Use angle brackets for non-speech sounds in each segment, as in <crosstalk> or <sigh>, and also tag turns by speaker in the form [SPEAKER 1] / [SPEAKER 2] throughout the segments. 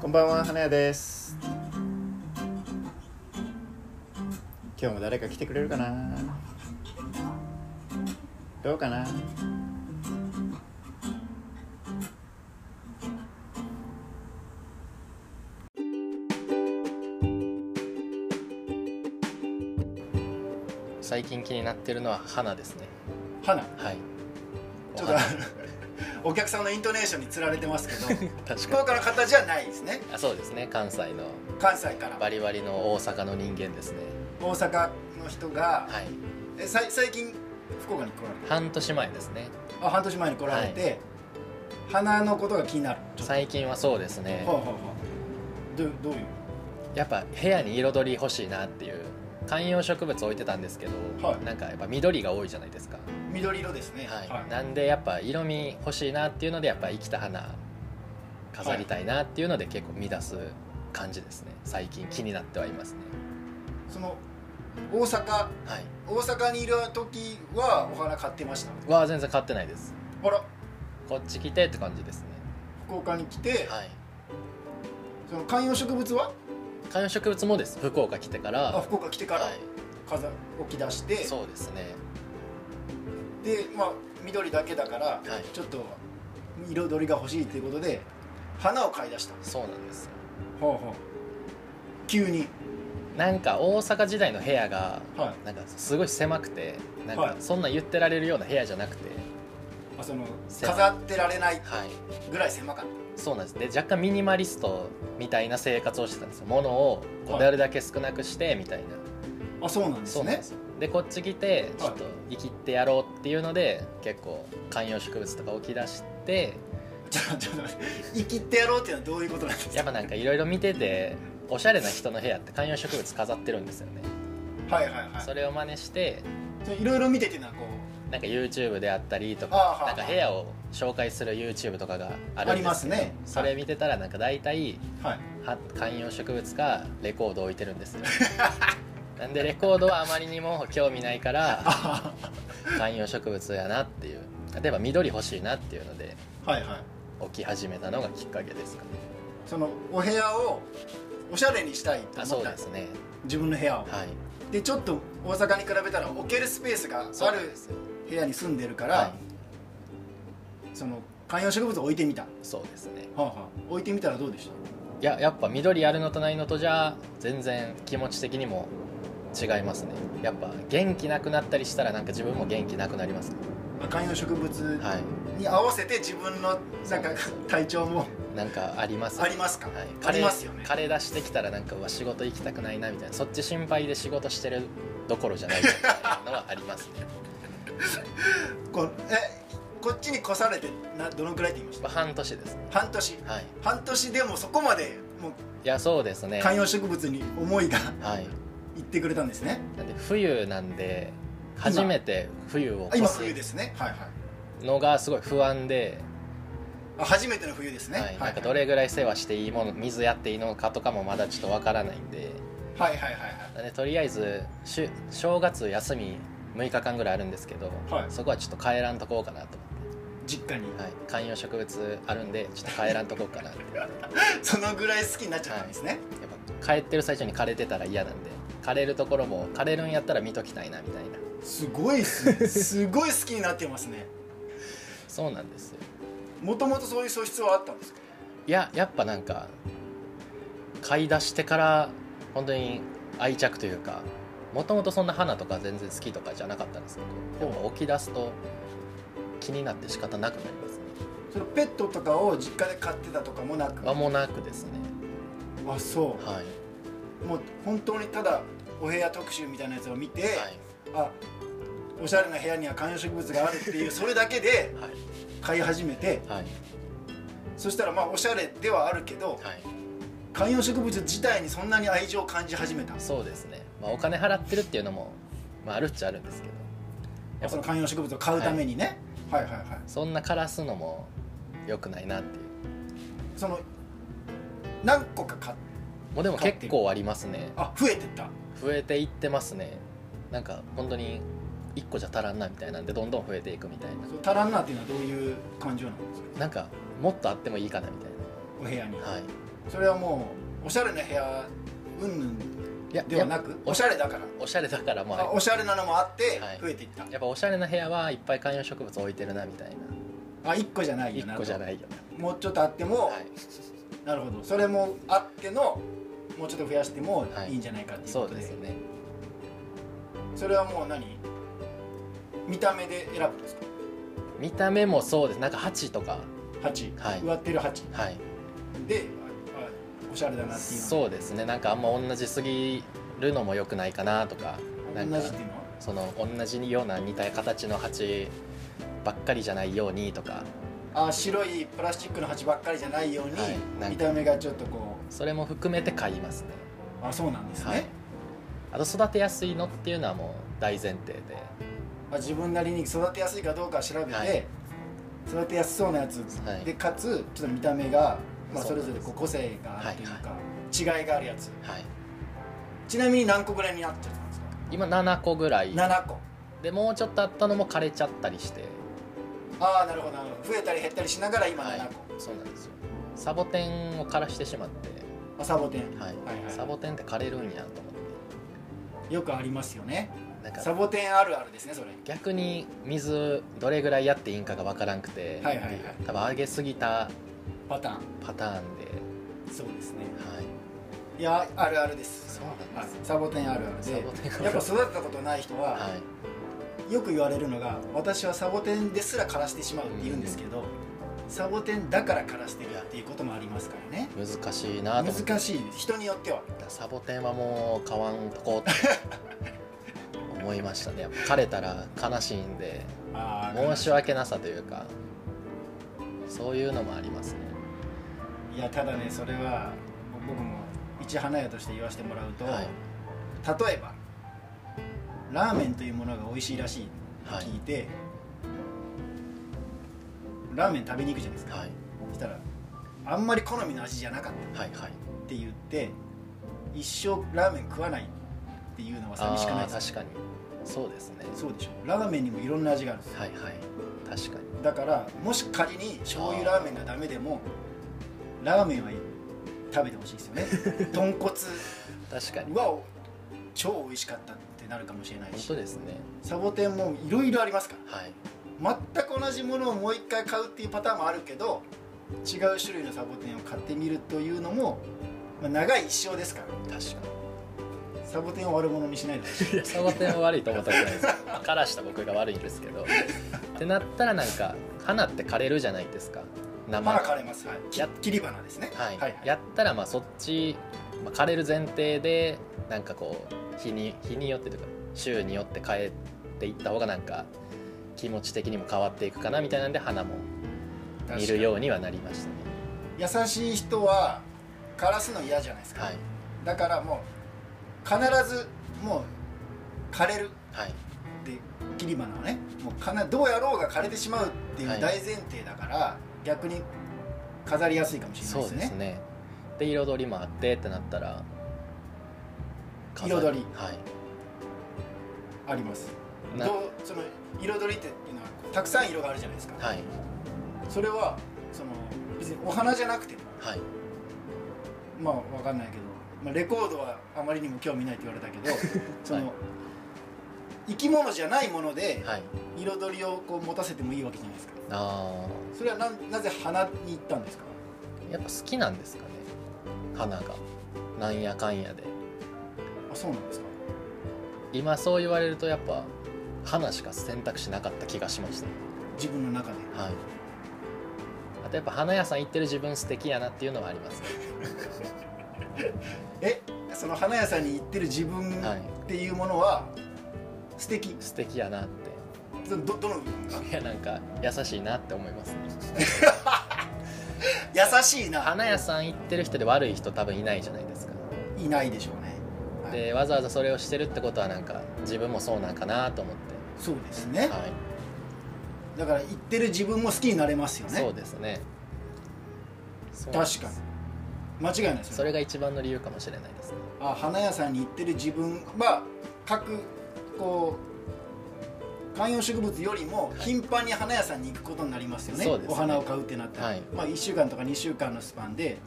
[SPEAKER 1] こんばんは、花屋です。今日も誰か来てくれるかな。どうかな。
[SPEAKER 2] 最近気になってるのは花ですね
[SPEAKER 3] 花
[SPEAKER 2] はい
[SPEAKER 3] ちょっとお客さんのイントネーションにつられてますけど
[SPEAKER 2] と確
[SPEAKER 3] 福
[SPEAKER 2] か
[SPEAKER 3] 岡の方じゃないですね
[SPEAKER 2] にあそうですね関西の
[SPEAKER 3] 関西から
[SPEAKER 2] バリバリの大阪の人間ですね
[SPEAKER 3] 大阪の人が、
[SPEAKER 2] はい
[SPEAKER 3] えさい最近福岡に来られ
[SPEAKER 2] 半年前ですね
[SPEAKER 3] たあ半年前に来られて、花のことが気になるちょっ
[SPEAKER 2] 最近はそうです
[SPEAKER 3] と
[SPEAKER 2] ね
[SPEAKER 3] ほうほうほうどどういう
[SPEAKER 2] やっぱ部屋に彩り欲しいなっていう観葉植物置いてたんですけど、
[SPEAKER 3] はい
[SPEAKER 2] なんかやっぱ緑が多いじゃないですか、
[SPEAKER 3] 緑色ですね
[SPEAKER 2] はい
[SPEAKER 3] はい
[SPEAKER 2] なんでやっぱ色味欲しいなっていうのでやっぱ生きた花飾りたいなっていうので結構見出す感じですね最近気になってはいますね
[SPEAKER 3] その大阪
[SPEAKER 2] はい
[SPEAKER 3] 大阪にいる時はお花買ってました
[SPEAKER 2] わあ全然買ってないです
[SPEAKER 3] あら
[SPEAKER 2] こっち来てって感じですね
[SPEAKER 3] 福岡に来て、
[SPEAKER 2] はい
[SPEAKER 3] その観葉植物は
[SPEAKER 2] 観葉植物もです福岡来てから
[SPEAKER 3] あ福岡来てから
[SPEAKER 2] は
[SPEAKER 3] 飾置き出して、
[SPEAKER 2] い、そうですね
[SPEAKER 3] でまあ緑だけだから、
[SPEAKER 2] はい
[SPEAKER 3] ちょっと彩りが欲しいっていうことで花を買い出した
[SPEAKER 2] そうなんですよ
[SPEAKER 3] ほうほう急に
[SPEAKER 2] なんか大阪時代の部屋が
[SPEAKER 3] はい
[SPEAKER 2] なんかすごい狭くてなん
[SPEAKER 3] は
[SPEAKER 2] か
[SPEAKER 3] い
[SPEAKER 2] そんな言ってられるような部屋じゃなくて
[SPEAKER 3] あその
[SPEAKER 2] 狭い
[SPEAKER 3] 飾ってられない
[SPEAKER 2] はい
[SPEAKER 3] ぐらい狭かっ
[SPEAKER 2] そうなんですで若干ミニマリストみたいな生活をしてたんですよ物をこ
[SPEAKER 3] は
[SPEAKER 2] う
[SPEAKER 3] い
[SPEAKER 2] でるだけ少なくしてみたいな、
[SPEAKER 3] たあそうなんで
[SPEAKER 2] そ
[SPEAKER 3] す
[SPEAKER 2] うなん
[SPEAKER 3] ね <laughs>
[SPEAKER 2] ですよでこっち来てちょっと生きてやろうっていうので結構観葉植物とか置き出して
[SPEAKER 3] ちょっとちょっと待って生きてやろうっていうのはどういうことなんです
[SPEAKER 2] やっ
[SPEAKER 3] か
[SPEAKER 2] ぱなんかいろいろ見てておしゃれな人の部屋って観葉植物飾ってるんですよね
[SPEAKER 3] はいはいはい
[SPEAKER 2] それを真似して
[SPEAKER 3] それいろいろ見てていうのはこ
[SPEAKER 2] なんか YouTube であったりと
[SPEAKER 3] うあ
[SPEAKER 2] か
[SPEAKER 3] あは
[SPEAKER 2] なん
[SPEAKER 3] あ
[SPEAKER 2] か部屋を紹介する YouTube とかがあ
[SPEAKER 3] あ
[SPEAKER 2] る
[SPEAKER 3] り
[SPEAKER 2] んで
[SPEAKER 3] ますす
[SPEAKER 2] けど
[SPEAKER 3] ね
[SPEAKER 2] それ見てたらなんか大体
[SPEAKER 3] <laughs> はい
[SPEAKER 2] は観葉植物かレコードを置いてるんですよなんでレコードはあまりにも興味ないから
[SPEAKER 3] あ
[SPEAKER 2] 観葉植物やなっていう例えば緑欲しいなっていうので
[SPEAKER 3] はいはい
[SPEAKER 2] 置き始めたのがきっかけですかね
[SPEAKER 3] そのお部屋をおしゃれにしたいと
[SPEAKER 2] あ
[SPEAKER 3] 思
[SPEAKER 2] そ
[SPEAKER 3] っ
[SPEAKER 2] う
[SPEAKER 3] たん
[SPEAKER 2] で
[SPEAKER 3] です
[SPEAKER 2] すね
[SPEAKER 3] 自分の部屋を
[SPEAKER 2] はい
[SPEAKER 3] でちょっと大阪に比べたら置けるスペースがあ
[SPEAKER 2] そうなん
[SPEAKER 3] る
[SPEAKER 2] ですよ
[SPEAKER 3] 部屋に住んでるから、
[SPEAKER 2] はい
[SPEAKER 3] その観葉植物を置いてみた、は
[SPEAKER 2] そうですね
[SPEAKER 3] あはあ、置いてみたらどうでした
[SPEAKER 2] いややっぱ緑あるのとないのとじゃ全然気持ち的にも違いますねやっぱ元気なくなったりしたらなんか自分も元気なくなりますね
[SPEAKER 3] まあ観葉植物
[SPEAKER 2] はい
[SPEAKER 3] に合わせて自分のなんか体調も
[SPEAKER 2] なんかあります
[SPEAKER 3] ありますか、
[SPEAKER 2] はい、
[SPEAKER 3] ありますよね
[SPEAKER 2] 枯れ枯れ出してきたらなんかうわ仕事行きたくないなみたいなそっち心配で仕事してるどころじゃないみたいなのはありますね <laughs>
[SPEAKER 3] こうえこっちに越されてなどのくらいって言いまし
[SPEAKER 2] まあ半年ですね
[SPEAKER 3] た半年
[SPEAKER 2] はい
[SPEAKER 3] 半年でもそこまでもう
[SPEAKER 2] いやそうですねは
[SPEAKER 3] 観
[SPEAKER 2] い
[SPEAKER 3] 葉植物に思いが <laughs> いってくれたんですね
[SPEAKER 2] なんで冬なんで初めて冬を
[SPEAKER 3] あ今冬で
[SPEAKER 2] 越
[SPEAKER 3] すねはいはい
[SPEAKER 2] すのがすごい不安で、
[SPEAKER 3] あ初めての冬ですね
[SPEAKER 2] はい、なんかどれぐらい世話していいもの水やっていいのかとかもまだちょっとわからないんで
[SPEAKER 3] はいはいはい
[SPEAKER 2] なんでとりあえずしゅ正月休み6日間ぐらいあるんですけど、
[SPEAKER 3] はい
[SPEAKER 2] そこはちょっと帰らんとこうかなと
[SPEAKER 3] 実家に
[SPEAKER 2] 思って、はい、観葉植物あるんでちょっと帰らんとこうかなって <laughs> やっ
[SPEAKER 3] そのぐらい好きになっちゃったんですね、
[SPEAKER 2] ぱ帰ってる最初に枯れてたら嫌なんで枯れるところも枯れるんやったら見ときたいなみたいな
[SPEAKER 3] すごいっすねすごい好きになってますね
[SPEAKER 2] そうなんですよ
[SPEAKER 3] もともとそういう素質はあったんですか
[SPEAKER 2] いややっぱなんか買い出してから本当に愛着というかもともとそんな花とか全然好きとかじゃなかったんですけどやっぱ置き出すと気になって仕方なくなりますね
[SPEAKER 3] そのペットとかを実家で飼ってたとかもなく
[SPEAKER 2] 間もなくですね
[SPEAKER 3] あそ
[SPEAKER 2] はい、
[SPEAKER 3] うもう本当にただお部屋特集みたいなやつを見て、
[SPEAKER 2] はい
[SPEAKER 3] あおしゃれな部屋には観葉植物があるっていう
[SPEAKER 2] <laughs>
[SPEAKER 3] それだけで
[SPEAKER 2] はい
[SPEAKER 3] 飼い始めて
[SPEAKER 2] はい
[SPEAKER 3] そしたらまあおしゃれではあるけど
[SPEAKER 2] はい
[SPEAKER 3] 観葉植物自体にそんなに愛情を感じ始めた
[SPEAKER 2] そうですね、まあ、お金払ってるっていうのも、まあ、あるっちゃあるんですけどやっ
[SPEAKER 3] その
[SPEAKER 2] ぱ
[SPEAKER 3] 観葉植物を買うためにね、はい、はいはい
[SPEAKER 2] そんな枯らすのも良くないなっていう
[SPEAKER 3] その何個か買っ
[SPEAKER 2] もうでも
[SPEAKER 3] 買って
[SPEAKER 2] 結
[SPEAKER 3] る
[SPEAKER 2] 構ありますね
[SPEAKER 3] あ増えてった
[SPEAKER 2] 増えていってますねなんか本当に1個じゃ足らんなみたいなんでどんどん増えていくみたい
[SPEAKER 3] そう足らんなっていうのはどういう感情なんですか
[SPEAKER 2] ななんかもっとあってもいいかなみたい
[SPEAKER 3] お部屋に、
[SPEAKER 2] なはい
[SPEAKER 3] それはもうおしゃれな部屋うんぬん
[SPEAKER 2] いや
[SPEAKER 3] ではなくおしゃれだから、
[SPEAKER 2] おしゃれだからまあ
[SPEAKER 3] あおしゃれなのもあって
[SPEAKER 2] はい
[SPEAKER 3] 増えていった、
[SPEAKER 2] やっぱおしゃれな部屋はいっぱい観葉植物置いてるなみたいな
[SPEAKER 3] あ一個じゃないよな
[SPEAKER 2] 1個じゃないよな
[SPEAKER 3] もうちょっとあっても、
[SPEAKER 2] はい
[SPEAKER 3] なるほどそれもあってのもうちょっと増やしても
[SPEAKER 2] はい
[SPEAKER 3] いいんじゃないかっていうこ
[SPEAKER 2] そう
[SPEAKER 3] と
[SPEAKER 2] で
[SPEAKER 3] で,、
[SPEAKER 2] すね
[SPEAKER 3] それはもう何見た目で選ぶんですか
[SPEAKER 2] 見た目もそうですなんか鉢とか
[SPEAKER 3] 鉢、
[SPEAKER 2] はい
[SPEAKER 3] 植わってる鉢
[SPEAKER 2] はい
[SPEAKER 3] でああおしゃれだなっていうの
[SPEAKER 2] そうですねなんかあんま同じすぎるのも良くないかなとかなんか
[SPEAKER 3] 同じっていうのは
[SPEAKER 2] その同じような似た形の鉢ばっかりじゃないようにとか
[SPEAKER 3] あ白いプラスチックの鉢ばっかりじゃないように、
[SPEAKER 2] はいなんか
[SPEAKER 3] 見た目がちょっとこ
[SPEAKER 2] それも含めて買いますね
[SPEAKER 3] うあそうなんですね、
[SPEAKER 2] はいあと育てやすいのっていうのはもう大前提で
[SPEAKER 3] あ自分なりに育てやすいかどうか調べて、
[SPEAKER 2] はい
[SPEAKER 3] 育てやすそうなやつ、
[SPEAKER 2] はい
[SPEAKER 3] でかつちょっと見た目が、まあ、
[SPEAKER 2] そ
[SPEAKER 3] そうれ
[SPEAKER 2] なん
[SPEAKER 3] ぞ
[SPEAKER 2] です
[SPEAKER 3] れこう個性があるというか、
[SPEAKER 2] は
[SPEAKER 3] 違いがあるやつ
[SPEAKER 2] はい
[SPEAKER 3] ちなみに何個ぐらいになっちゃったんですか
[SPEAKER 2] 今7個ぐらい
[SPEAKER 3] 7個
[SPEAKER 2] でもうちょっとあったのも枯れちゃったりして
[SPEAKER 3] ああなるほどなるほど増えたり減ったりしながら今
[SPEAKER 2] はい
[SPEAKER 3] 7個、
[SPEAKER 2] そうなんですよサボテンを枯らしてしまって、
[SPEAKER 3] あサボテン、
[SPEAKER 2] は
[SPEAKER 3] は
[SPEAKER 2] い
[SPEAKER 3] いはい
[SPEAKER 2] サボテンって枯れるんやと思っ
[SPEAKER 3] よくありますよね
[SPEAKER 2] てなん
[SPEAKER 3] サ
[SPEAKER 2] か
[SPEAKER 3] ボテンあるあるですねそれ
[SPEAKER 2] 逆に水どれぐらいやっていいんかがわからんくて、
[SPEAKER 3] はいはいはい
[SPEAKER 2] っていう多分上げすぎた
[SPEAKER 3] パターン
[SPEAKER 2] パターンで、
[SPEAKER 3] そうですね
[SPEAKER 2] はい、
[SPEAKER 3] いやあるあるです
[SPEAKER 2] そうなんです
[SPEAKER 3] はいサボテンあるあるで
[SPEAKER 2] サボテンある
[SPEAKER 3] やっぱ育てたことない人は、
[SPEAKER 2] はい、
[SPEAKER 3] よく言われるのが私はサボテンですら枯らしてしまうって言うんですけど、サボテンだから枯らしてるっていうこともありますからね
[SPEAKER 2] 難しいなと思って
[SPEAKER 3] 難しい人によっては
[SPEAKER 2] サボテンはもう買わんとこうと思いましたねやっぱ枯れたら悲しいんで
[SPEAKER 3] あ
[SPEAKER 2] 申し訳なさというかそういうのもありますね
[SPEAKER 3] いやただねそれは僕も一花屋として言わせてもらうと、
[SPEAKER 2] はい
[SPEAKER 3] 例えばラーメンというものが美味しいらしいと
[SPEAKER 2] はい
[SPEAKER 3] 聞いて、ラーメン食べに行くじゃないですか、
[SPEAKER 2] はい
[SPEAKER 3] そしたらあんまり好みの味じゃなかった
[SPEAKER 2] はいはい
[SPEAKER 3] って言って一生ラーメン食わないっていうのは寂しくない
[SPEAKER 2] あ
[SPEAKER 3] ですか
[SPEAKER 2] ー確かにそうですね
[SPEAKER 3] そうでしょラーメンにもいろんな味があるんですよ
[SPEAKER 2] はいはい確かに
[SPEAKER 3] だからもし仮に醤油ラーメンがダメでもラーメンは食べてほしいですよね
[SPEAKER 2] <laughs>
[SPEAKER 3] 豚骨
[SPEAKER 2] 確かに
[SPEAKER 3] は超美味しかったってなるかもしれない
[SPEAKER 2] 本
[SPEAKER 3] し
[SPEAKER 2] 当ですね
[SPEAKER 3] サボテンもいろいろありますか
[SPEAKER 2] はい
[SPEAKER 3] ら全く同じものをもう一回買うっていうパターンもあるけど違う種類のサボテンを買ってみるというのも、まあ、長い一生ですから
[SPEAKER 2] 確か
[SPEAKER 3] サボテンを悪者にしないでほしい
[SPEAKER 2] にサボテンは悪いと思ったこ
[SPEAKER 3] <laughs>
[SPEAKER 2] とないですからした僕が悪いんですけどってなったらなんか花って枯れるじゃないですか生
[SPEAKER 3] 花枯れますはいき
[SPEAKER 2] や
[SPEAKER 3] 切り花ですね
[SPEAKER 2] はい
[SPEAKER 3] はい
[SPEAKER 2] やったらまあそっち、まあ、枯れる前提でなんかこう日に日によってというか週によって変えていった方がなんか気持ち的にも変わっていくかなみたいなんで花も見るようにはなりましたね
[SPEAKER 3] 優しい人は枯らすの嫌じゃないですか、
[SPEAKER 2] はい
[SPEAKER 3] だからもう必ずもう枯れる
[SPEAKER 2] はい
[SPEAKER 3] って切り花はねもうかなどうやろうが枯れてしまうっていう
[SPEAKER 2] はい
[SPEAKER 3] 大前提だから、逆に飾りやすいかもしれない
[SPEAKER 2] そ
[SPEAKER 3] で
[SPEAKER 2] う
[SPEAKER 3] す
[SPEAKER 2] です
[SPEAKER 3] ね
[SPEAKER 2] ねで彩りもあってってなったら飾
[SPEAKER 3] 彩り
[SPEAKER 2] はい
[SPEAKER 3] ありますど
[SPEAKER 2] な
[SPEAKER 3] うその彩りっていうのはたくさん色があるじゃないですか、
[SPEAKER 2] はい
[SPEAKER 3] それはその別にお花じゃなくても
[SPEAKER 2] はい
[SPEAKER 3] まあわかんないけど、まあ、レコードはあまりにも興味ないって言われたけどその、
[SPEAKER 2] はい
[SPEAKER 3] 生き物じゃないもので
[SPEAKER 2] はい
[SPEAKER 3] 彩りをこう持たせてもいいわけじゃないですか
[SPEAKER 2] あ
[SPEAKER 3] それはななぜ花に行ったんですか
[SPEAKER 2] ーやっぱ好きなんですかね花がなんやかんやで
[SPEAKER 3] あそうなんですか
[SPEAKER 2] 今そう言われるとやっぱ花しか選択肢なかった気がしまし
[SPEAKER 3] 自分の中で
[SPEAKER 2] たはいあとやっぱ花屋さん行ってる自分素敵やなっていうのはありますね
[SPEAKER 3] えその花屋さんに行ってる自分
[SPEAKER 2] はい
[SPEAKER 3] っていうものは素敵
[SPEAKER 2] 素敵やなって
[SPEAKER 3] そのどどの部分が
[SPEAKER 2] いやなんか優しいなって思いますね
[SPEAKER 3] 優しいな
[SPEAKER 2] 花屋さん行ってる人で悪い人多分いないじゃないですか
[SPEAKER 3] いないでしょうねはい
[SPEAKER 2] でわざわざそれをしてるってことはなんか自分もそうなんかなと思っ
[SPEAKER 3] そうですね、
[SPEAKER 2] てはい
[SPEAKER 3] だから行ってる自分も好きになれますよね
[SPEAKER 2] そうですねそうなんです
[SPEAKER 3] 確かに間違いないですよね
[SPEAKER 2] それが一番の理由かもしれないですね
[SPEAKER 3] あ花屋さんに行ってる自分まあ各こう観葉植物よりも頻繁に花屋さんに行くことになりますよね,、
[SPEAKER 2] そうですね
[SPEAKER 3] お花を買うってなったら、
[SPEAKER 2] はい
[SPEAKER 3] まあ、1週間とか2週間のスパンで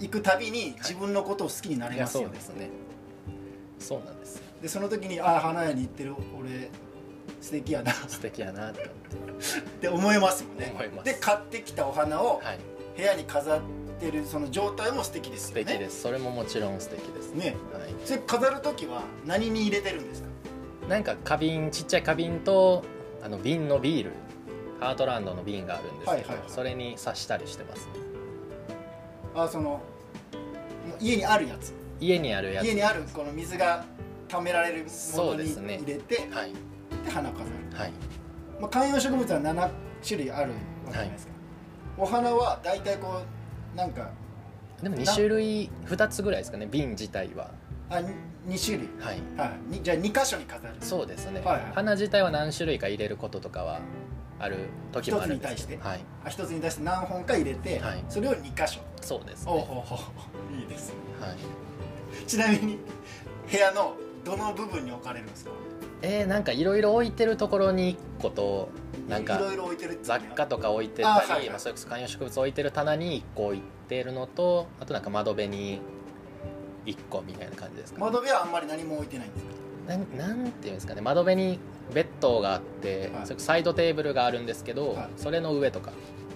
[SPEAKER 3] 行くたびに自分のことを好きになり
[SPEAKER 2] い
[SPEAKER 3] ま
[SPEAKER 2] や
[SPEAKER 3] すよ
[SPEAKER 2] そ
[SPEAKER 3] ね、
[SPEAKER 2] うですねそうなんですよ
[SPEAKER 3] でその時にああ花屋に行ってる俺素敵やなっ
[SPEAKER 2] 素敵やなって思って
[SPEAKER 3] て思いますもんね
[SPEAKER 2] 思います
[SPEAKER 3] で買ってきたお花を
[SPEAKER 2] はい
[SPEAKER 3] 部屋に飾ってるその状態も素敵です
[SPEAKER 2] 素
[SPEAKER 3] よね
[SPEAKER 2] 敵ですそれももちろん素敵です
[SPEAKER 3] ね
[SPEAKER 2] はい
[SPEAKER 3] それ飾る時は何に入れてるんですか
[SPEAKER 2] なんか花瓶ちっちゃい花瓶とあの瓶のビールハートランドの瓶があるんですけど、
[SPEAKER 3] はいはいはい
[SPEAKER 2] それに刺したりしてます
[SPEAKER 3] あその家にあるやつ
[SPEAKER 2] 家にあるやつ
[SPEAKER 3] 家にあるこの水が溜められるも
[SPEAKER 2] そう
[SPEAKER 3] の
[SPEAKER 2] で
[SPEAKER 3] に
[SPEAKER 2] すね
[SPEAKER 3] 入れてで,、
[SPEAKER 2] はい
[SPEAKER 3] 花飾る、
[SPEAKER 2] はい
[SPEAKER 3] まあ、観葉植物は7種類あるわけじゃないですか、お花は大体こうなんか
[SPEAKER 2] でも2種類2つぐらいですかね瓶自体は
[SPEAKER 3] あ2種類
[SPEAKER 2] はい
[SPEAKER 3] はいにじゃあ2箇所に飾る
[SPEAKER 2] そうですね、
[SPEAKER 3] はいはい
[SPEAKER 2] 花自体は何種類か入れることとかはある時もあるんですけ
[SPEAKER 3] 一つに対
[SPEAKER 2] ど
[SPEAKER 3] して
[SPEAKER 2] はい
[SPEAKER 3] あ1つに出して何本か入れて、
[SPEAKER 2] はい
[SPEAKER 3] それを2箇所
[SPEAKER 2] そうですね
[SPEAKER 3] おうほうほういいですね
[SPEAKER 2] はい、
[SPEAKER 3] ちなみに部屋のどの部分に置かれるんですか
[SPEAKER 2] えー、なんかいろいろ置いてるところに1個となん
[SPEAKER 3] い
[SPEAKER 2] か
[SPEAKER 3] ろいろ置いてるっていうのは
[SPEAKER 2] 雑貨とか置いて
[SPEAKER 3] あ
[SPEAKER 2] た
[SPEAKER 3] はいは
[SPEAKER 2] り
[SPEAKER 3] い
[SPEAKER 2] まあそれこそ観葉植物置いてる棚に1個置いてるのとあとなんか窓辺に1個みたいな感じですか、
[SPEAKER 3] 窓辺はあんまり何も置いてないんですか
[SPEAKER 2] なんなんていうんですかね窓辺にベッドがあって、
[SPEAKER 3] はい
[SPEAKER 2] それこそサイドテーブルがあるんですけど、
[SPEAKER 3] はい
[SPEAKER 2] それの上とか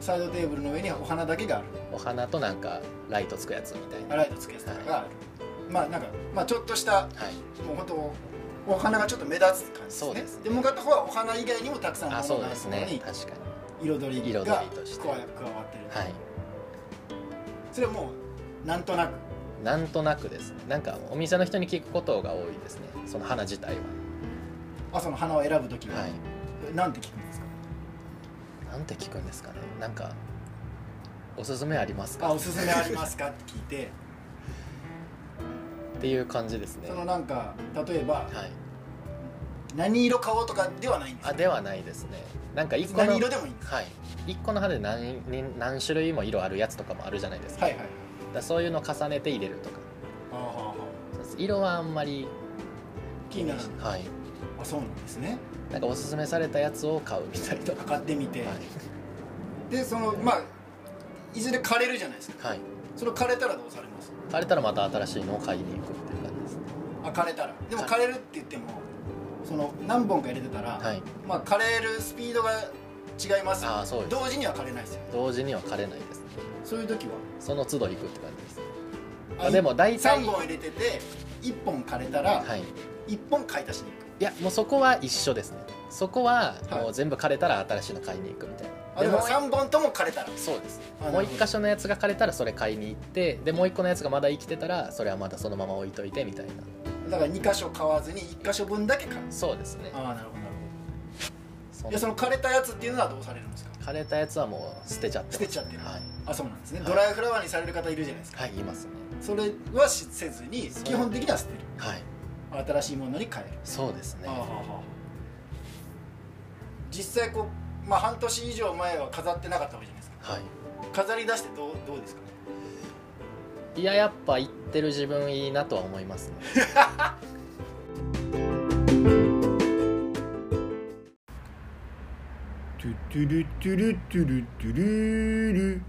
[SPEAKER 3] サイドテーブルの上にお花だけがある
[SPEAKER 2] お花となんかライトつくやつみたいな
[SPEAKER 3] ライトつけてたのが、まあなんか、まあ、ちょっとした
[SPEAKER 2] はい
[SPEAKER 3] もう本当お花がちょっと目立つ感じですね
[SPEAKER 2] そうですね
[SPEAKER 3] で向かった方はお花以外にもたくさん
[SPEAKER 2] あ
[SPEAKER 3] 物
[SPEAKER 2] そう
[SPEAKER 3] があ
[SPEAKER 2] で
[SPEAKER 3] る
[SPEAKER 2] す
[SPEAKER 3] ところ
[SPEAKER 2] ね
[SPEAKER 3] に
[SPEAKER 2] 確かに
[SPEAKER 3] 彩りが加わ
[SPEAKER 2] 彩りとして
[SPEAKER 3] ってる、
[SPEAKER 2] はい
[SPEAKER 3] それはもうなんとなく
[SPEAKER 2] なんとなくですねなんかお店の人に聞くことが多いですねその花自体
[SPEAKER 3] あその花を選ぶ時
[SPEAKER 2] は
[SPEAKER 3] は、
[SPEAKER 2] はい
[SPEAKER 3] なんて聞くんですか
[SPEAKER 2] なんて聞くんですかねなんかおすすめあります
[SPEAKER 3] あ
[SPEAKER 2] か
[SPEAKER 3] おすすめありますかって聞い
[SPEAKER 2] <laughs>
[SPEAKER 3] て
[SPEAKER 2] っていう感じですね
[SPEAKER 3] その
[SPEAKER 2] は
[SPEAKER 3] なんか例えば
[SPEAKER 2] い
[SPEAKER 3] 何色買おうとかではないんです
[SPEAKER 2] あ
[SPEAKER 3] よ
[SPEAKER 2] ではないですねなんか一個の
[SPEAKER 3] 何色でもいいんです
[SPEAKER 2] はい一個の歯で何人何種類も色あるやつとかもあるじゃないですか,、
[SPEAKER 3] はいはい
[SPEAKER 2] だからそういうの重ねて入れるとか
[SPEAKER 3] あーはーは
[SPEAKER 2] そうです色はあんまり
[SPEAKER 3] ー気になる
[SPEAKER 2] はい
[SPEAKER 3] あそうなんですね
[SPEAKER 2] なんかおすすめされたやつを買うみたいな
[SPEAKER 3] 買ってみて、
[SPEAKER 2] はい、
[SPEAKER 3] でそのまあいずれ枯れるじゃないですか
[SPEAKER 2] はい、
[SPEAKER 3] それ枯れたらどうされます
[SPEAKER 2] 枯れたらまた新しいのを買いに行くっていう感じですね
[SPEAKER 3] あ枯れたらでも
[SPEAKER 2] はい
[SPEAKER 3] 枯れるって言ってもその何本か入れてたら、
[SPEAKER 2] はい
[SPEAKER 3] まあ、枯れるスピードが違いますよ
[SPEAKER 2] ああそうです
[SPEAKER 3] 同時には枯れないですよ
[SPEAKER 2] 同時には枯れないですね
[SPEAKER 3] そういう時は
[SPEAKER 2] その都度行くって感じですま
[SPEAKER 3] あ
[SPEAKER 2] あでも大体
[SPEAKER 3] 3本入れてて1本枯れたら
[SPEAKER 2] はい
[SPEAKER 3] 1本買い足しに行く
[SPEAKER 2] いやもうそこは一緒ですねそこは
[SPEAKER 3] はい
[SPEAKER 2] もう全部枯れたら新しいの買いに行くみたいな、
[SPEAKER 3] あ
[SPEAKER 2] で
[SPEAKER 3] で
[SPEAKER 2] も
[SPEAKER 3] も
[SPEAKER 2] う一
[SPEAKER 3] 3本とも枯れたら
[SPEAKER 2] そうです
[SPEAKER 3] あなるほ
[SPEAKER 2] も
[SPEAKER 3] ど
[SPEAKER 2] う一箇所のやつが枯れたらそれ買いに行ってでもう一個のやつがまだ生きてたらそれはまだそのまま置いといてみたいな
[SPEAKER 3] だから2箇所買わずに1箇所分だけ買う
[SPEAKER 2] そうですね
[SPEAKER 3] ああなるほどなる
[SPEAKER 2] そ
[SPEAKER 3] ほ
[SPEAKER 2] ん
[SPEAKER 3] どで
[SPEAKER 2] な
[SPEAKER 3] その枯れたやつっていうのはどうされるんですか
[SPEAKER 2] 枯れたやつはもう捨てちゃってます
[SPEAKER 3] 捨てちゃってる
[SPEAKER 2] はい、
[SPEAKER 3] あそうなんですね、
[SPEAKER 2] はい
[SPEAKER 3] ドライフラワーにされる方いるじゃないですか
[SPEAKER 2] はい、言いますね
[SPEAKER 3] それはしせずに
[SPEAKER 2] そう
[SPEAKER 3] 基本的には捨てる
[SPEAKER 2] はい
[SPEAKER 3] 新しいものに変える
[SPEAKER 2] そうですね
[SPEAKER 3] 実際こう、まあ、半年以上前は飾ってなかったわけじゃないですか
[SPEAKER 2] はい
[SPEAKER 3] 飾り出してどうどうですか
[SPEAKER 2] いややっぱ行ってる自分いいなとは思いますね
[SPEAKER 1] トゥトゥルトゥルトゥルトゥルル